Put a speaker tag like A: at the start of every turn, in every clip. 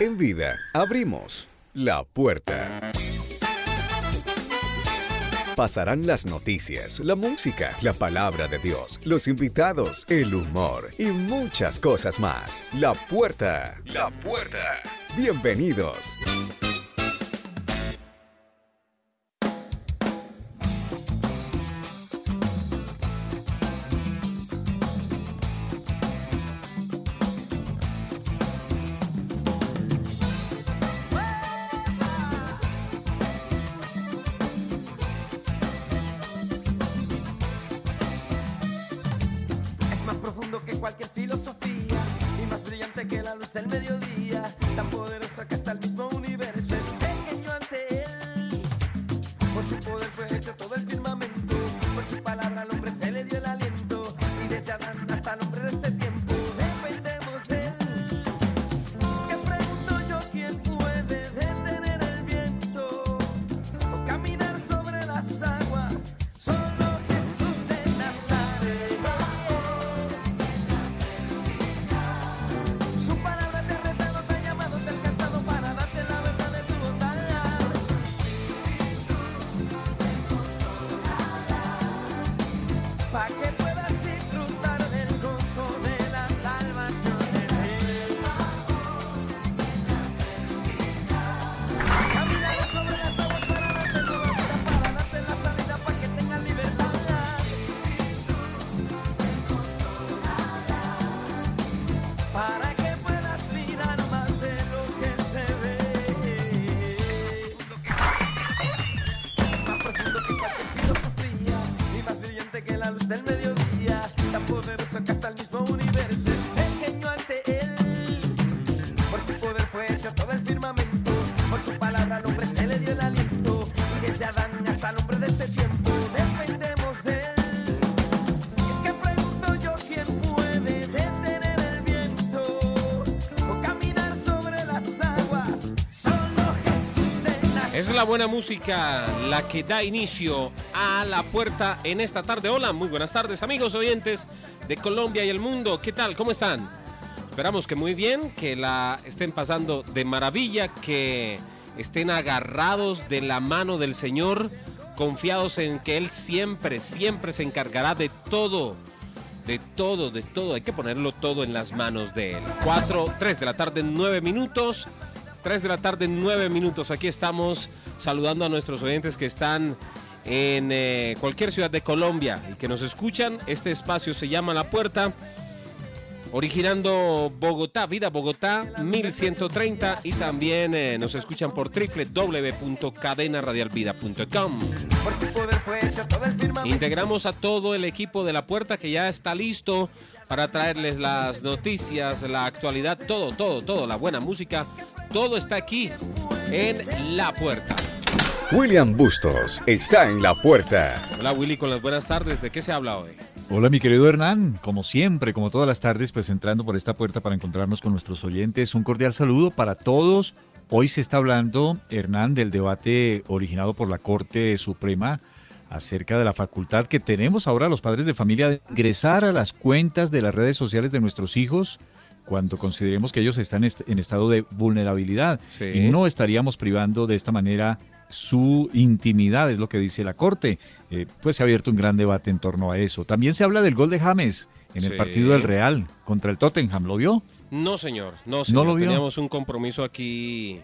A: En vida, abrimos la puerta. Pasarán las noticias, la música, la palabra de Dios, los invitados, el humor y muchas cosas más. La puerta. La puerta. Bienvenidos.
B: Es más profundo que cualquier filosofía y más brillante que la luz del mediodía. Tan poderoso que hasta el mismo universo es pequeño ante él. Por su poder fue hecho todo el firmamento. Por su palabra al hombre se le dio el aliento. Y desde Adán hasta el hombre de este tiempo dependemos de él. Es que pregunto yo quién puede detener el viento o caminar sobre las aguas. Solo Jesús en Nazaret. Su palabra te ha retado, te ha llamado, te ha alcanzado para darte la verdad de su bondad. Su espíritu te consolará. Para que puedas disfrutar del gozo de la salvación del Él. Caminar sobre las aguas para darte toda vida, para darte la salida, para que tengas libertad. para que puedas mirar más de lo que se ve. Es más profundo que cualquier filosofía y más brillante que la luz del mediodía. Tan poderoso que hasta el mismo universo es pequeño ante él. Por su poder fue hecho todo el firmamento, por su palabra al hombre se le dio el aliento. Y desde Adán hasta el hombre de este tiempo dependemos de él. Es que pregunto yo quién puede detener el viento o caminar sobre las aguas. Solo Jesús en las
C: Es la buena música la que da inicio a la puerta en esta tarde. Hola, muy buenas tardes amigos oyentes de Colombia y el mundo. ¿Qué tal? ¿Cómo están? Esperamos que muy bien, que la estén pasando de maravilla, que estén agarrados de la mano del Señor, confiados en que Él siempre, siempre se encargará de todo. De todo, de todo. Hay que ponerlo todo en las manos de él. 4, 3 de la tarde, 9 minutos. 3 de la tarde, 9 minutos. Aquí estamos saludando a nuestros oyentes que están en eh, cualquier ciudad de Colombia y que nos escuchan. Este espacio se llama La Puerta. Originando Bogotá, Vida Bogotá 1130 y también eh, nos escuchan por www.cadenaradialvida.com.
B: Por su poder fue hecho todo el firmamento.
C: Integramos a todo el equipo de La Puerta que ya está listo para traerles las noticias, la actualidad, todo, todo, todo, la buena música, todo está aquí en La Puerta.
A: William Bustos está en la puerta.
C: Hola Willy, con las buenas tardes, ¿de qué se habla hoy?
D: Hola mi querido Hernán, como siempre, como todas las tardes, pues entrando por esta puerta para encontrarnos con nuestros oyentes, un cordial saludo para todos. Hoy se está hablando, Hernán, del debate originado por la Corte Suprema acerca de la facultad que tenemos ahora los padres de familia de ingresar a las cuentas de las redes sociales de nuestros hijos cuando consideremos que ellos están est- en estado de vulnerabilidad
C: Sí.
D: y no estaríamos privando de esta manera su intimidad, es lo que dice la Corte. Eh, pues se ha abierto un gran debate en torno a eso. También se habla del gol de James en
C: Sí.
D: el partido del Real contra el Tottenham, ¿lo vio?
C: No señor, no señor,
D: lo vio?
C: teníamos un compromiso aquí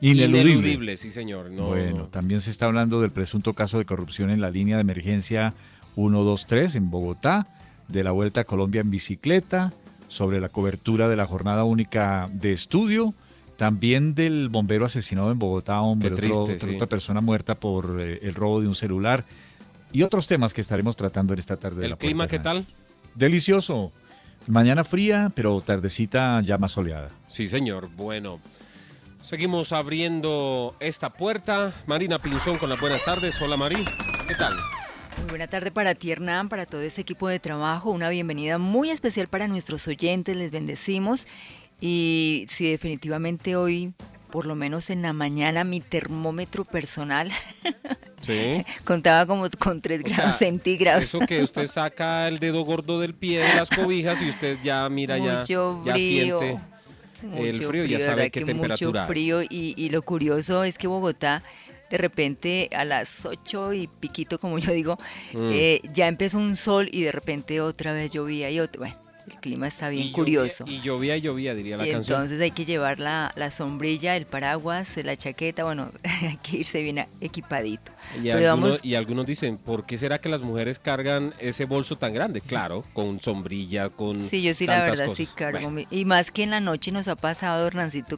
D: Ineludible.
C: sí señor. No,
D: bueno,
C: no.
D: también se está hablando del presunto caso de corrupción en la línea de emergencia 123 en Bogotá, de la Vuelta a Colombia en bicicleta, sobre la cobertura de la jornada única de estudio, también del bombero asesinado en Bogotá, hombre,
C: Qué
D: otro-
C: triste,
D: otra-
C: sí.
D: otra persona muerta por eh, el robo de un celular y otros temas que estaremos tratando en esta tarde. de
C: ¿El
D: La Puerta
C: clima qué
D: Grande.
C: tal?
D: Delicioso. Mañana fría, pero tardecita ya más soleada.
C: Sí, señor. Bueno, seguimos abriendo esta puerta. Marina Pinzón con las buenas tardes. Hola, Marí. ¿Qué tal?
E: Muy buena tarde para ti, Hernán, para todo este equipo de trabajo. Una bienvenida muy especial para nuestros oyentes. Les bendecimos. Y si definitivamente hoy, por lo menos en la mañana, mi termómetro personal
C: Sí.
E: contaba como con 3
C: O sea,
E: grados centígrados.
C: Eso que usted saca el dedo gordo del pie de las cobijas y usted ya mira, ya,
E: Mucho
C: ya
E: frío.
C: siente.
E: Mucho
C: el frío, ya
E: de
C: sabe
E: verdad
C: qué
E: que
C: temperatura.
E: Mucho frío y, y lo curioso es que Bogotá de repente a las 8 y piquito, como yo digo,
C: Mm.
E: eh, ya empezó un sol y de repente otra vez llovía y otra. Bueno, el clima está bien
C: Y
E: curioso.
C: llovía- Y llovía y llovía, diría la
E: Y
C: canción.
E: entonces hay que llevar la, la sombrilla, el paraguas, la chaqueta, bueno, hay que irse bien a- equipadito.
C: Y
E: Pero
C: algunos,
E: pues vamos,
C: y algunos dicen, ¿por qué será que las mujeres cargan ese bolso tan grande? Claro, con sombrilla, con.
E: sí, yo sí la
C: tantas
E: verdad sí
C: cosas.
E: cargo.
C: Bueno,
E: mi- y más que en la noche nos ha pasado, Hernancito,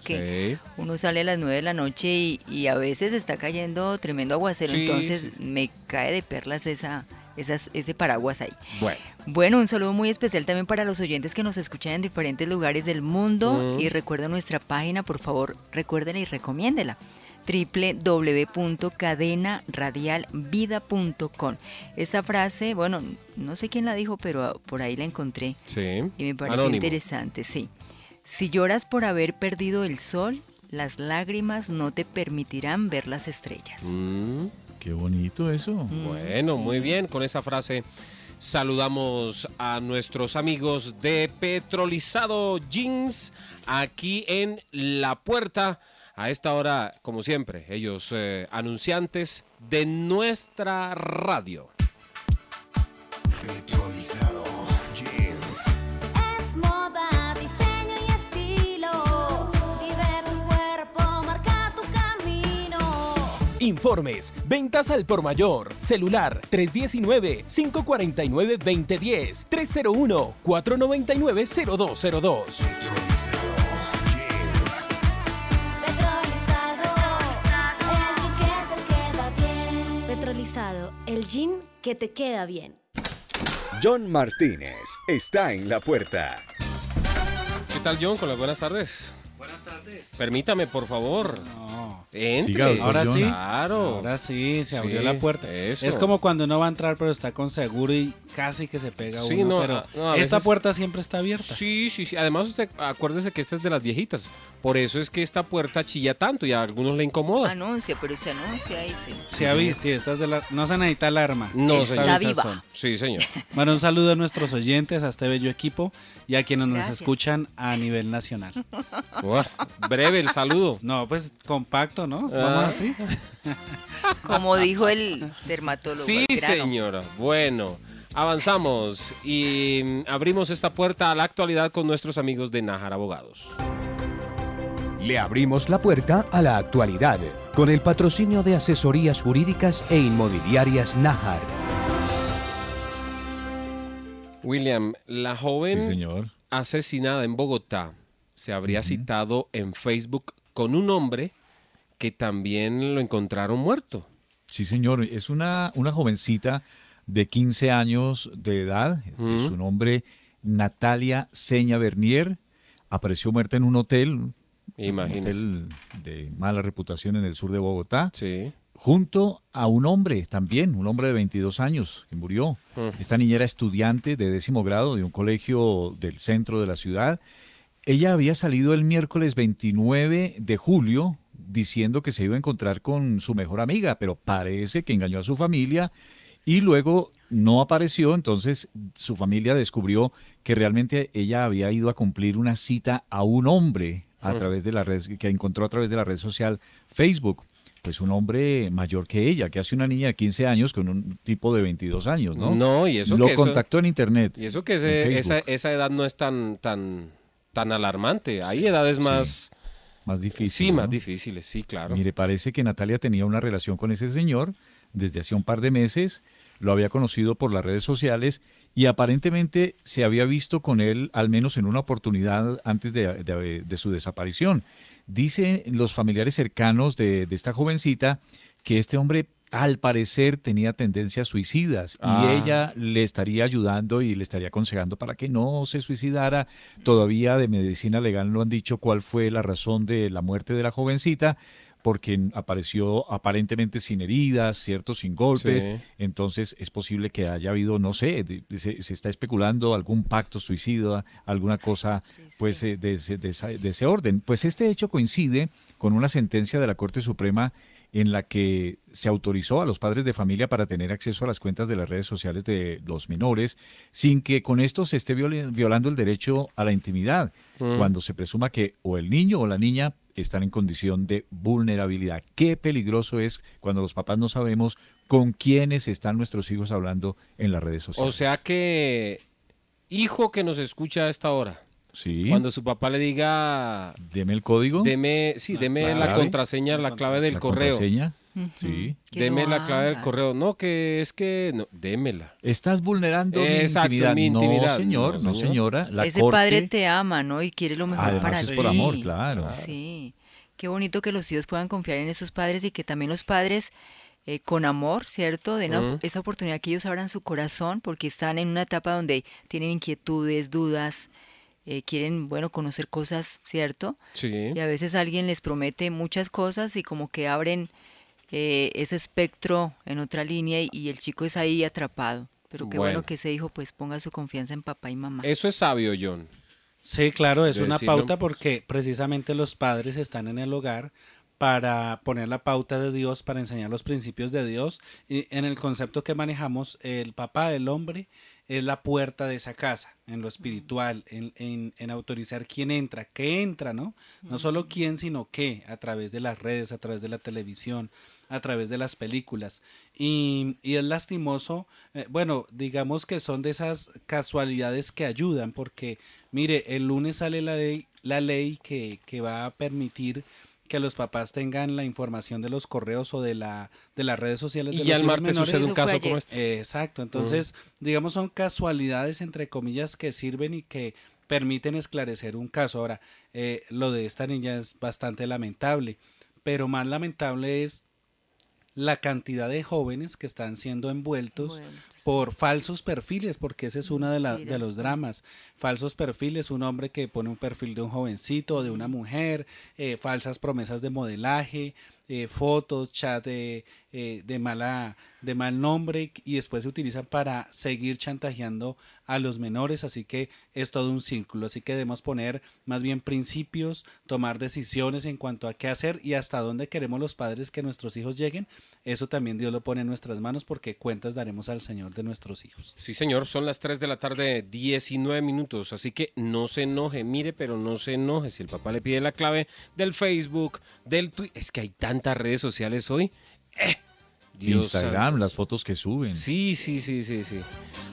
C: sí.
E: que uno sale a las 9 de la noche y, y a veces está cayendo tremendo aguacero,
C: Sí,
E: entonces
C: sí,
E: me cae de perlas esa, esas, ese paraguas ahí.
C: Bueno,
E: Bueno, un saludo muy especial también para los oyentes que nos escuchan en diferentes lugares del mundo
C: Mm.
E: y recuerden nuestra página, por favor, recuérdenla y recomiéndela www.cadenaradialvida.com. Esta frase, bueno, no sé quién la dijo, pero por ahí la encontré
C: sí.
E: y me pareció
C: Anónimo.
E: interesante, sí. Si lloras por haber perdido el sol, las lágrimas no te permitirán ver las estrellas.
C: Mm,
D: Qué bonito eso.
C: bueno, muy bien. Con esa frase saludamos a nuestros amigos de Petrolizado Jeans aquí en La Puerta. A esta hora, como siempre, ellos eh, anunciantes de nuestra radio.
F: Es moda, diseño y estilo. Vive tu cuerpo, marca tu camino.
G: Informes, ventas al por mayor, celular 319-549-2010, 301-499-0202.
F: Petrolizado, el jean que te queda bien. Petrolizado, el jean que te queda bien.
A: John Martínez está en la puerta.
C: ¿Qué tal, John? Con las buenas tardes.
H: Buenas tardes.
C: Permítame, por favor.
H: No.
D: Siga,
C: Entre.
D: doctor
H: Ahora
D: John.
H: sí.
C: Claro.
H: Ahora sí, se abrió
C: Sí,
H: la puerta.
C: eso.
H: Es como cuando uno va a entrar pero está con seguro y casi que se pega
C: Sí,
H: uno,
C: no,
H: pero
C: a- no, a
H: esta
C: veces-
H: puerta siempre está abierta.
C: Sí, sí, sí. Además, usted acuérdese que esta es de las viejitas. Por eso es que esta puerta chilla tanto y a algunos le incomoda.
E: Anuncia, pero se anuncia y se...
H: Se avisa, sí, esta es de la- no se necesita alarma.
C: No,
H: Esta
C: señor.
E: Está viva.
H: avisación.
C: Sí, señor.
H: Bueno, un saludo a nuestros oyentes, a este bello equipo y a quienes
E: Gracias.
H: nos escuchan a nivel nacional.
C: Buah, Breve el saludo.
H: No, pues compacto, ¿no? Vamos
C: Ah.
H: así.
E: Como dijo el dermatólogo.
C: Sí,
E: el grano.
C: señora. Bueno, avanzamos y mm, abrimos esta puerta a la actualidad con nuestros amigos de Najar Abogados.
I: Le abrimos la puerta a la actualidad con el patrocinio de asesorías jurídicas e inmobiliarias Najar.
C: William, la joven
D: Sí, señor.
C: asesinada en Bogotá se habría citado en Facebook con un hombre que también lo encontraron muerto.
D: Sí, señor. Es una, una jovencita de 15 años de edad.
C: Ujú.
D: Su nombre, Natalia Seña Bernier. Apareció muerta en un hotel. un
C: Imagínese.
D: hotel de mala reputación en el sur de Bogotá.
C: Sí.
D: junto a un hombre también, un hombre de 22 años que murió. Esta niña era estudiante de décimo grado de un colegio del centro de la ciudad. Ella había salido el miércoles 29 de julio diciendo que se iba a encontrar con su mejor amiga, pero parece que engañó a su familia y luego no apareció, entonces su familia descubrió que realmente ella había ido a cumplir una cita a un hombre
C: Mm.
D: a través de la red que encontró a través de la red social Facebook. Pues un hombre mayor que ella, que hace una niña de 15 años con un tipo de 22 años, ¿no?
C: No, y eso
D: Lo
C: que eso-
D: contactó en internet.
C: Y eso que
D: en
C: ese-
D: Facebook.
C: esa, esa edad no es tan, tan, tan alarmante. Hay edades más,
D: más difícil.
C: sí, más
D: ¿no?
C: difíciles, sí, claro.
D: Mire, parece que Natalia tenía una relación con ese señor desde hace un par de meses, lo había conocido por las redes sociales y aparentemente se había visto con él al menos en una oportunidad antes de, de- de su desaparición. Dicen los familiares cercanos de, de esta jovencita que este hombre al parecer tenía tendencias suicidas y
C: Ah.
D: ella le estaría ayudando y le estaría aconsejando para que no se suicidara. Todavía de medicina legal no han dicho cuál fue la razón de la muerte de la jovencita porque apareció aparentemente sin heridas, ¿cierto? Sin golpes.
C: Sí.
D: Entonces es posible que haya habido, no sé, de- de- se, se está especulando algún pacto suicida, alguna cosa pues eh, de, ese- de esa- de ese orden. Pues este hecho coincide con una sentencia de la Corte Suprema en la que se autorizó a los padres de familia para tener acceso a las cuentas de las redes sociales de los menores, sin que con esto se esté viol- violando el derecho a la intimidad,
C: Mm.
D: cuando se presuma que o el niño o la niña están en condición de vulnerabilidad. Qué peligroso es cuando los papás no sabemos con quiénes están nuestros hijos hablando en las redes
C: O
D: sociales.
C: sea que, hijo que nos escucha a esta hora,
D: sí,
C: cuando su papá le diga,
D: deme el código,
C: deme, sí, deme
D: clave.
C: la contraseña, la clave del
D: la
C: correo.
D: contraseña,
E: Ujú,
D: sí.
E: que lo
C: Deme la clave del
E: haga.
C: correo. No, que es que, no, démela.
D: Estás vulnerando mi
C: Exacto,
D: intimidad.
C: mi
D: No,
C: intimidad.
D: señor,
C: No,
D: no,
C: señor.
D: señora. La
E: Ese
D: corte-
E: padre te ama, ¿no? Y quiere lo mejor
D: Además
E: para
D: es
E: ti.
D: por amor, claro.
E: Sí. Qué bonito que los hijos puedan confiar en esos padres y que también los padres eh, con amor, ¿cierto? Den op-
C: Ujú.
E: esa oportunidad que ellos abran su corazón porque están en una etapa donde tienen inquietudes, dudas, eh, quieren, bueno, conocer cosas, ¿cierto?
C: Sí.
E: Y a veces alguien les promete muchas cosas y como que abren eh, ese espectro en otra línea y, y el chico es ahí atrapado. Pero qué bueno.
C: Bueno. Eh.
E: que ese hijo pues ponga su confianza en papá y mamá.
C: Eso es sabio, John.
H: Sí, claro, es
C: De
H: una
C: decirlo.
H: pauta porque precisamente los padres están en el hogar para poner la pauta de Dios, para enseñar los principios de Dios. Y en el concepto que manejamos, el papá del hombre es la puerta de esa casa, en lo espiritual, en, en- en autorizar quién entra, qué entra, ¿no? No solo quién, sino qué, a través de las redes, a través de la televisión, a través de las películas. Y, y es lastimoso, eh, bueno, digamos que son de esas casualidades que ayudan, porque mire, el lunes sale la ley, la ley que, que va a permitir que los papás tengan la información de los correos o de la de las redes sociales de
C: Y
H: los
C: ya el
H: hijos
C: martes
H: menores.
C: sucede un
E: Eso fue
C: caso
E: ayer.
C: como este.
H: Exacto, entonces digamos son casualidades entre comillas que sirven y que permiten esclarecer un caso. Ahora, eh, lo de esta niña es bastante lamentable, pero más lamentable es la cantidad de jóvenes que están siendo envueltos
E: Envueltos.
H: por falsos perfiles, porque ese es uno de, la- de
E: Mentiras.
H: los dramas. Falsos perfiles, un hombre que pone un perfil de un jovencito, de una mujer, eh, falsas promesas de modelaje, eh, fotos, chat de, eh, de mala, de mal nombre y después se utilizan para seguir chantajeando a los menores. Así que es todo un círculo. Así que debemos poner más bien principios, tomar decisiones en cuanto a qué hacer y hasta dónde queremos los padres que nuestros hijos lleguen. Eso también Dios lo pone en nuestras manos porque cuentas daremos al Señor de nuestros hijos.
C: Sí, señor, son las 3 de la tarde, 19 minutos, así que no se enoje, mire, pero no se enoje. Si el papá le pide la clave del Facebook, del Twitter, es que hay tantas redes sociales hoy. ¡Eh! Dios
D: Instagram, las fotos que suben.
C: santo. Sí, sí, sí, sí, sí.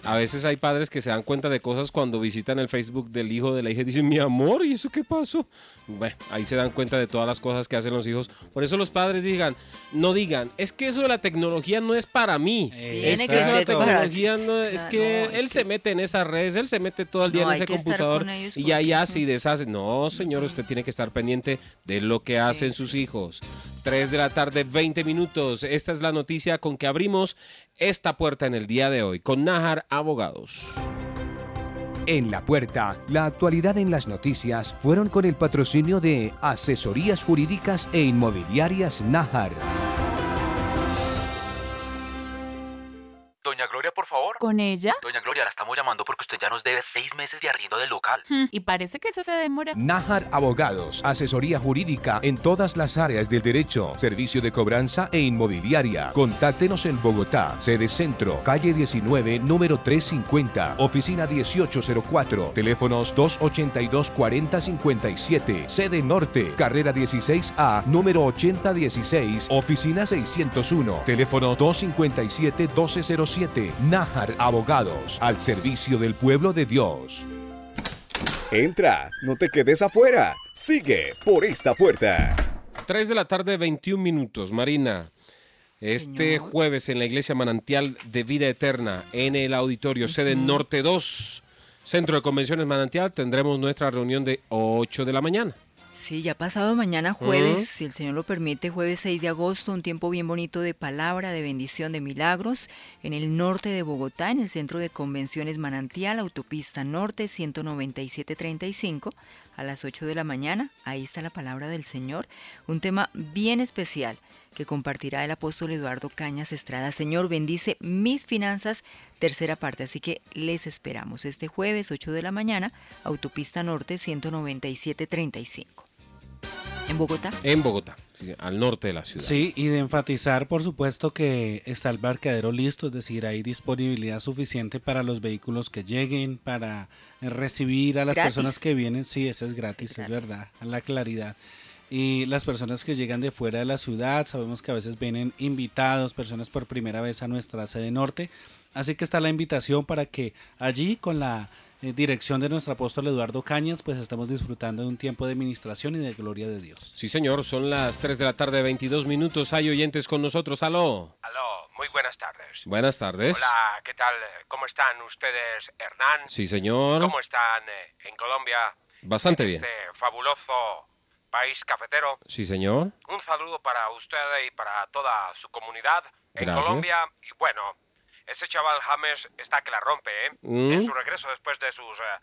C: A veces hay padres que se dan cuenta de cosas cuando visitan el Facebook del hijo de la hija y dicen, mi amor, ¿y eso qué pasó? Bueno, ahí se dan cuenta de todas las cosas que hacen los hijos. Por eso los padres digan, no digan, es que eso de la tecnología no es para mí.
E: Tiene
C: Es
E: que
C: que esa
E: ser para-
C: tecnología no- es
E: Claro,
C: que
E: no, es
C: él se
E: que-
C: mete en esas redes, él se mete todo el día
E: No,
C: en
E: hay
C: ese
E: que estar
C: computador
E: con ellos
C: y ahí
E: porque-
C: hace y deshace. No, señor, usted tiene que estar pendiente de lo que hacen sus hijos. 3 de la tarde, 20 minutos. Esta es la noticia con que abrimos esta puerta en el día de hoy con Najar Abogados.
I: En la puerta, la actualidad en las noticias fueron con el patrocinio de Asesorías Jurídicas e Inmobiliarias Najar.
J: Doña Gloria, por favor.
K: ¿Con ella?
J: Doña Gloria, la estamos llamando porque usted ya nos debe seis meses de arriendo del local.
K: Hmm, Y parece que eso se demora.
I: Najar Abogados, asesoría jurídica en todas las áreas del derecho, servicio de cobranza e inmobiliaria. Contáctenos en Bogotá, sede centro, calle 19, número 350, oficina 1804, teléfonos 282-4057, sede norte, carrera 16A, número 8016, oficina 601, teléfono 257-1207. Najar Abogados, al servicio del pueblo de Dios.
A: Entra, no te quedes afuera. Sigue por esta puerta.
C: 3 de la tarde, 21 minutos. Marina, este
E: Señor.
C: jueves en la Iglesia Manantial de Vida Eterna, en el auditorio sede Norte 2, Centro de Convenciones Manantial, tendremos nuestra reunión de 8 de la mañana.
E: Sí, ya pasado mañana jueves, si el Señor lo permite, jueves 6 de agosto, un tiempo bien bonito de palabra, de bendición, de milagros, en el norte de Bogotá, en el Centro de Convenciones Manantial, Autopista Norte 19735, a las 8 de la mañana. Ahí está la palabra del Señor, un tema bien especial que compartirá el apóstol Eduardo Cañas Estrada. Señor, bendice mis finanzas, tercera parte. Así que les esperamos este jueves 8 de la mañana, Autopista Norte 19735. En Bogotá.
C: En Bogotá. Sí, sí, al norte de la ciudad.
H: Sí, y de enfatizar, por supuesto, que está el barcadero listo, es decir, hay disponibilidad suficiente para los vehículos que lleguen, para recibir a las
L: Gratis.
H: personas que vienen. Sí, eso es gratis, es verdad, a la claridad. Y las personas que llegan de fuera de la ciudad, sabemos que a veces vienen invitados, personas por primera vez a nuestra sede norte. Así que está la invitación para que allí, con la eh, dirección de nuestro apóstol Eduardo Cañas, pues estamos disfrutando de un tiempo de administración y de gloria de Dios.
C: Sí, señor, son las 3 de la tarde, 22 minutos. Hay oyentes con nosotros. Aló.
M: Aló, muy buenas tardes.
C: Buenas tardes.
M: Hola, ¿qué tal? ¿Cómo están ustedes, Hernán?
C: Sí, señor.
M: ¿Cómo están eh, en Colombia?
C: Bastante
M: En
C: bien.
M: Este fabuloso país cafetero.
C: Sí, señor.
M: Un saludo para usted y para toda su comunidad en
C: Gracias.
M: Colombia. Y bueno, ese chaval James está que la rompe, ¿eh?
C: Mm.
M: En su regreso después de sus eh,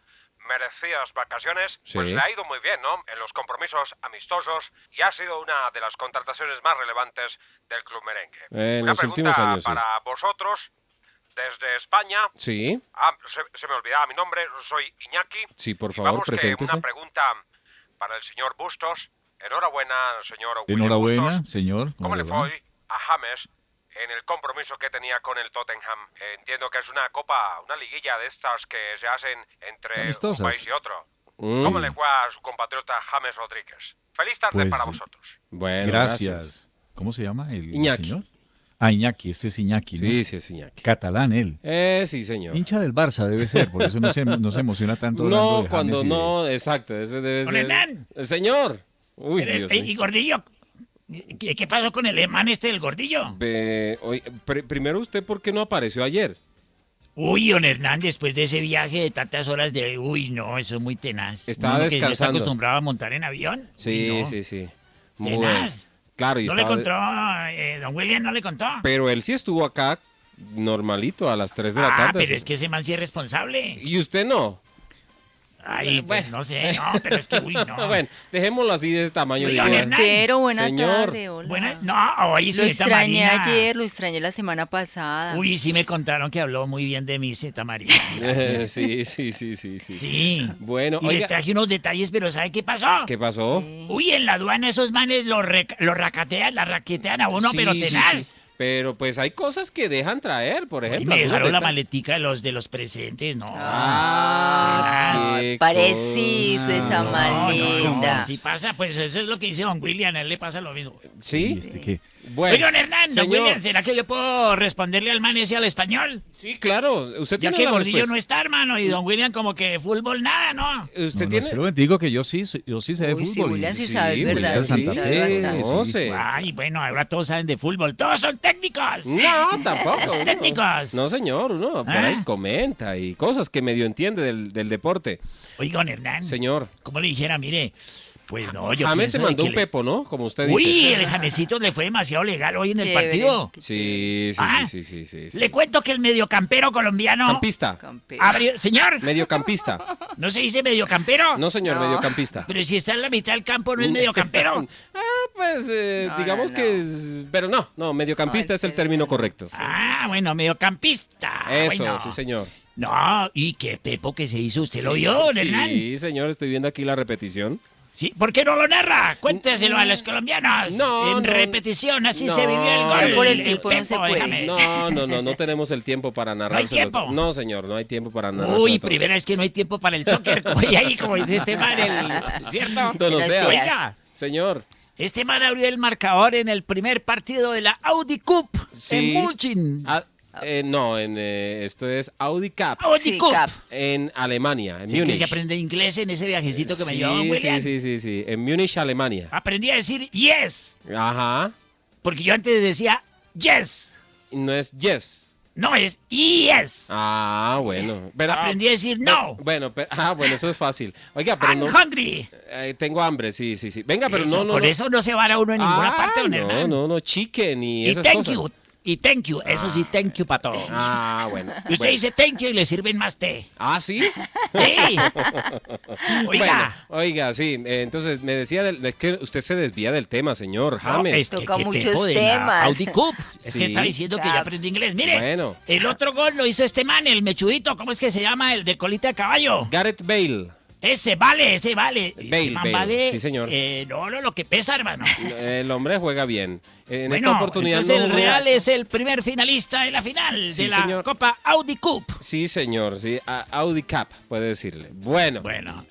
M: merecidas vacaciones,
C: Sí.
M: pues le ha ido muy bien, ¿no? En los compromisos amistosos y ha sido una de las contrataciones más relevantes del club merengue.
C: Eh, en
M: una
C: los
M: pregunta
C: últimos años, sí.
M: para vosotros desde España.
C: Sí.
M: Ah, se, se me olvidaba mi nombre, soy Iñaki.
C: Sí, por
M: Y
C: favor,
M: vamos que
C: preséntese.
M: una pregunta para el señor Bustos. Enhorabuena, señor Willy
D: Enhorabuena,
M: Bustos.
D: señor.
M: ¿Cómo le fue
D: va?
M: hoy a James en el compromiso que tenía con el Tottenham? Eh, Entiendo que es una copa, una liguilla de estas que se hacen entre
D: Amistosas.
M: un país y otro.
D: Mm.
M: ¿Cómo le fue a su compatriota James Rodríguez? Feliz tarde
D: Pues,
M: para vosotros.
C: Bueno,
D: gracias.
C: gracias.
D: ¿Cómo se llama el
C: Iñaki.
D: señor? Ah, Iñaki, este es Iñaki. ¿no?
C: Sí, sí, es Iñaki.
D: Catalán él.
C: Eh, sí, señor.
D: Hincha del Barça debe ser, por eso no se, no se emociona tanto. hablando
C: No,
D: de
C: cuando
D: James y de-
C: no, exacto. Ese debe
N: Don
C: ser.
N: Hernán.
C: Eh, Señor. Uy,
N: Pero,
C: Dios
N: eh,
C: mío.
N: y Gordillo, ¿qué, qué pasó con el hermano este del Gordillo?
C: Ve, oye, pr- primero usted, ¿por qué no apareció ayer?
N: Uy, don Hernán, después de ese viaje de tantas horas de... Uy, no, eso es muy tenaz.
C: Estaba
N: Uno que ya está
C: descansando.
N: acostumbrado a montar en avión.
C: Sí,
N: Uy, no.
C: sí, sí.
N: Tenaz.
C: Claro, y
N: No le
C: estaba-
N: contó, eh, don William no le contó.
C: Pero él sí estuvo acá normalito a las 3 de la
N: ah,
C: tarde.
N: pero es que ese man sí es responsable.
C: ¿Y usted no?
N: Ay,
C: Eh,
N: pues, no sé, no, pero es que, uy, no.
C: bueno, dejémoslo así de ese tamaño. ¿eh?
N: Oiga,
C: diría.
N: Hernán.
E: Quiero, buena
C: Señor.
E: tarde, hola.
N: no, oye,
E: Lo
N: señorita
E: extrañé
N: Marina.
E: ayer, lo extrañé la semana pasada.
N: Uy, sí me contaron que habló muy bien de mí, Zeta María.
C: Eh,
N: Gracias.
C: sí, sí, sí, sí, sí.
N: Sí.
C: Bueno,
N: y les
C: oiga,
N: traje unos detalles, pero ¿sabe qué pasó?
C: ¿qué pasó?
N: Uy, en la aduana esos manes lo, re- lo racatean, la raquetean a uno,
C: Sí,
N: Oh, pero
C: sí,
N: tenaz.
C: sí. pues, Pero pues hay cosas que dejan traer, por
N: Y
C: ejemplo.
N: me dejaron
C: algunos
N: la
C: detalles.
N: maletica de los, de los presentes, no.
E: Ah,
N: Tenaz.
E: parecido esa
N: No,
E: maleta.
N: si pasa, pues eso es lo que dice don William, a él le pasa lo mismo.
C: Sí.
D: este
N: Bueno, Oye, don Hernán, don
C: señor.
N: William, ¿será que yo puedo responderle al man ese al español?
C: Sí, claro. Usted
N: Ya
C: tiene
N: que
C: la
N: Gordillo
C: respuesta.
N: no está, hermano, y don William como que de fútbol nada, ¿no?
C: Usted
D: No, no,
C: tiene.
D: espero bendigo que yo sí, yo sí sé de
N: Uy, sí,
D: fútbol.
N: William sí
D: Sí,
N: sabe, es
D: William
N: verdad,
D: está en
N: sí,
D: Santa
N: sabe
D: Fe,
N: bastante.
D: sí.
N: Ay, bueno, ahora todos saben de fútbol. ¡Todos son técnicos!
C: No, tampoco.
N: Los
C: uno-
N: técnicos!
C: No, señor, uno por
N: ¿Ah?
C: ahí comenta y cosas que medio entiende del, del deporte.
N: Oiga, don Hernán.
C: Señor.
N: Como le dijera, mire, pues no, yo
C: James se
N: pienso de
C: mandó
N: que
C: un
N: le-
C: pepo, ¿no? Como usted dice.
N: Uy, el jamecito le fue demasiado legal hoy en el
C: Chévere.
N: partido.
C: Sí, sí,
N: Ah.
C: sí, sí, sí, sí, sí.
N: Le cuento que el mediocampero colombiano...
C: Campista.
N: abrió- Señor,
C: Mediocampista.
N: ¿no se dice mediocampero?
C: No, señor, mediocampista.
N: Pero si está en la mitad del campo, ¿no es mediocampero?
C: Ah, pues eh,
N: No,
C: digamos
N: no,
C: que... es- Pero no, no, mediocampista es el término correcto.
N: Ah, bueno, mediocampista.
C: Eso,
N: bueno.
C: sí, señor.
N: No, y qué pepo que se hizo. ¿Usted lo
C: Sí,
N: vio, don Hernán?
C: Sí, señor, estoy viendo aquí la repetición.
N: Sí, ¿Por qué no lo narra? Cuénteselo a los colombianos.
C: No,
N: En
C: no.
N: repetición, así
C: No.
N: se vivió el gol.
C: Ya por el
E: tiempo no
N: pepo
E: se
N: de
E: puede.
N: James.
C: No, no, no, no tenemos el tiempo para narrar.
N: tiempo?
C: No, señor, no hay tiempo para narrar.
N: Uy, primera vez que no hay tiempo para el soccer. Como, y ahí, como dice este man, el, ¿cierto?
C: No, no sea.
N: Oiga,
C: Señor.
N: este man abrió el marcador en el primer partido de la Audi Cup
C: Sí.
N: en München.
C: Ah, eh, no, en, eh, esto es Audi Cup.
N: Audi Sí, Cup. Cup.
C: En Alemania, en
N: Sí, que
C: Múnich.
N: se aprende inglés en ese viajecito que me
C: Sí,
N: llevó don William.
C: sí, sí, sí, sí, en Múnich, Alemania.
N: Aprendí a decir yes,
C: Ajá.
N: porque yo antes decía yes.
C: No es yes.
N: No, es yes.
C: Ah, bueno. Pero-
N: Aprendí a decir no.
C: Bueno, pero- ah, bueno, eso es fácil. Oiga, pero
N: I'm
C: no.
N: hungry.
C: Eh, tengo hambre, sí, sí, sí. Venga, pero
N: Eso,
C: no, no.
N: con
C: no.
N: eso no se vara uno en ninguna
C: Ah,
N: parte, don
C: no,
N: Hernán.
C: No, no, chicken y,
N: Y
C: esas
N: thank
C: cosas.
N: you. Y thank you. Eso sí, thank you para todo.
C: Ah, bueno.
N: Y usted
C: bueno.
N: dice thank you y le sirven más té.
C: Ah, sí.
N: Sí.
C: Bueno,
N: Oiga.
C: oiga, sí. eh, entonces me decía del- de que usted se desvía del tema, señor James.
N: es que Toca qué muchos pepo de la temas. Audi Cup. Es
C: Sí.
N: que está diciendo que ya aprendí inglés. Mire,
C: Bueno.
N: el otro gol lo hizo este man, el mechudito. ¿Cómo es que se llama? El de colita de caballo.
C: Gareth Bale.
N: Ese vale, ese vale. Ese
C: Bale,
N: man
C: Bale,
N: vale,
C: sí, señor.
N: eh, no, no, lo que pesa, hermano.
C: El hombre juega bien. En
N: Bueno,
C: esta oportunidad
N: entonces
C: no
N: el
C: jugó-
N: Real es el primer finalista de la final
C: Sí,
N: de la
C: señor.
N: Copa Audi Cup.
C: Sí, señor, sí. a- Audi Cap, puede decirle. Bueno.
N: Bueno.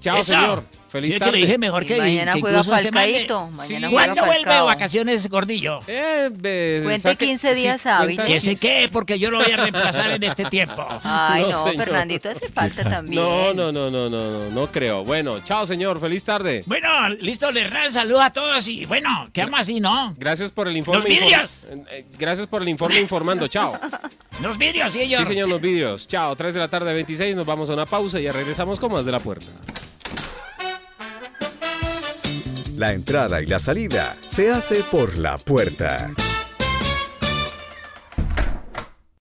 C: Chao,
N: Eso.
C: señor. Feliz
N: Sí, es que
C: tarde.
N: le dije mejor
E: Y
N: que
E: mañana
N: que
E: juega
N: incluso ese man de-
E: Falcaíto, mañana
N: Sí.
E: juega
N: ¿Cuándo vuelve de
E: Falcao.
N: vacaciones, Gordillo?
C: Eh, ve-
E: Cuente
C: saque-
E: 15 días hábiles.
N: Que se quede, porque yo lo voy a reemplazar en este tiempo.
E: Ay,
C: No,
E: no,
C: señor.
E: Fernandito hace falta también.
C: No, no, no, no, no, no, no creo. Bueno, chao, señor. Feliz tarde.
N: Bueno, listo, Lernal, saludos a todos y bueno, quedamos así, ¿no?
C: Gracias por el informe.
N: ¡Los
C: inform-
N: vídeos!
C: Eh, eh, Gracias por el informe informando. Chao.
N: Los vídeos, sí, ellos.
C: Sí, señor, los vídeos. Chao, 3 de la tarde, 26. Nos vamos a una pausa y ya regresamos con más de la puerta.
A: La entrada y la salida se hace por la puerta.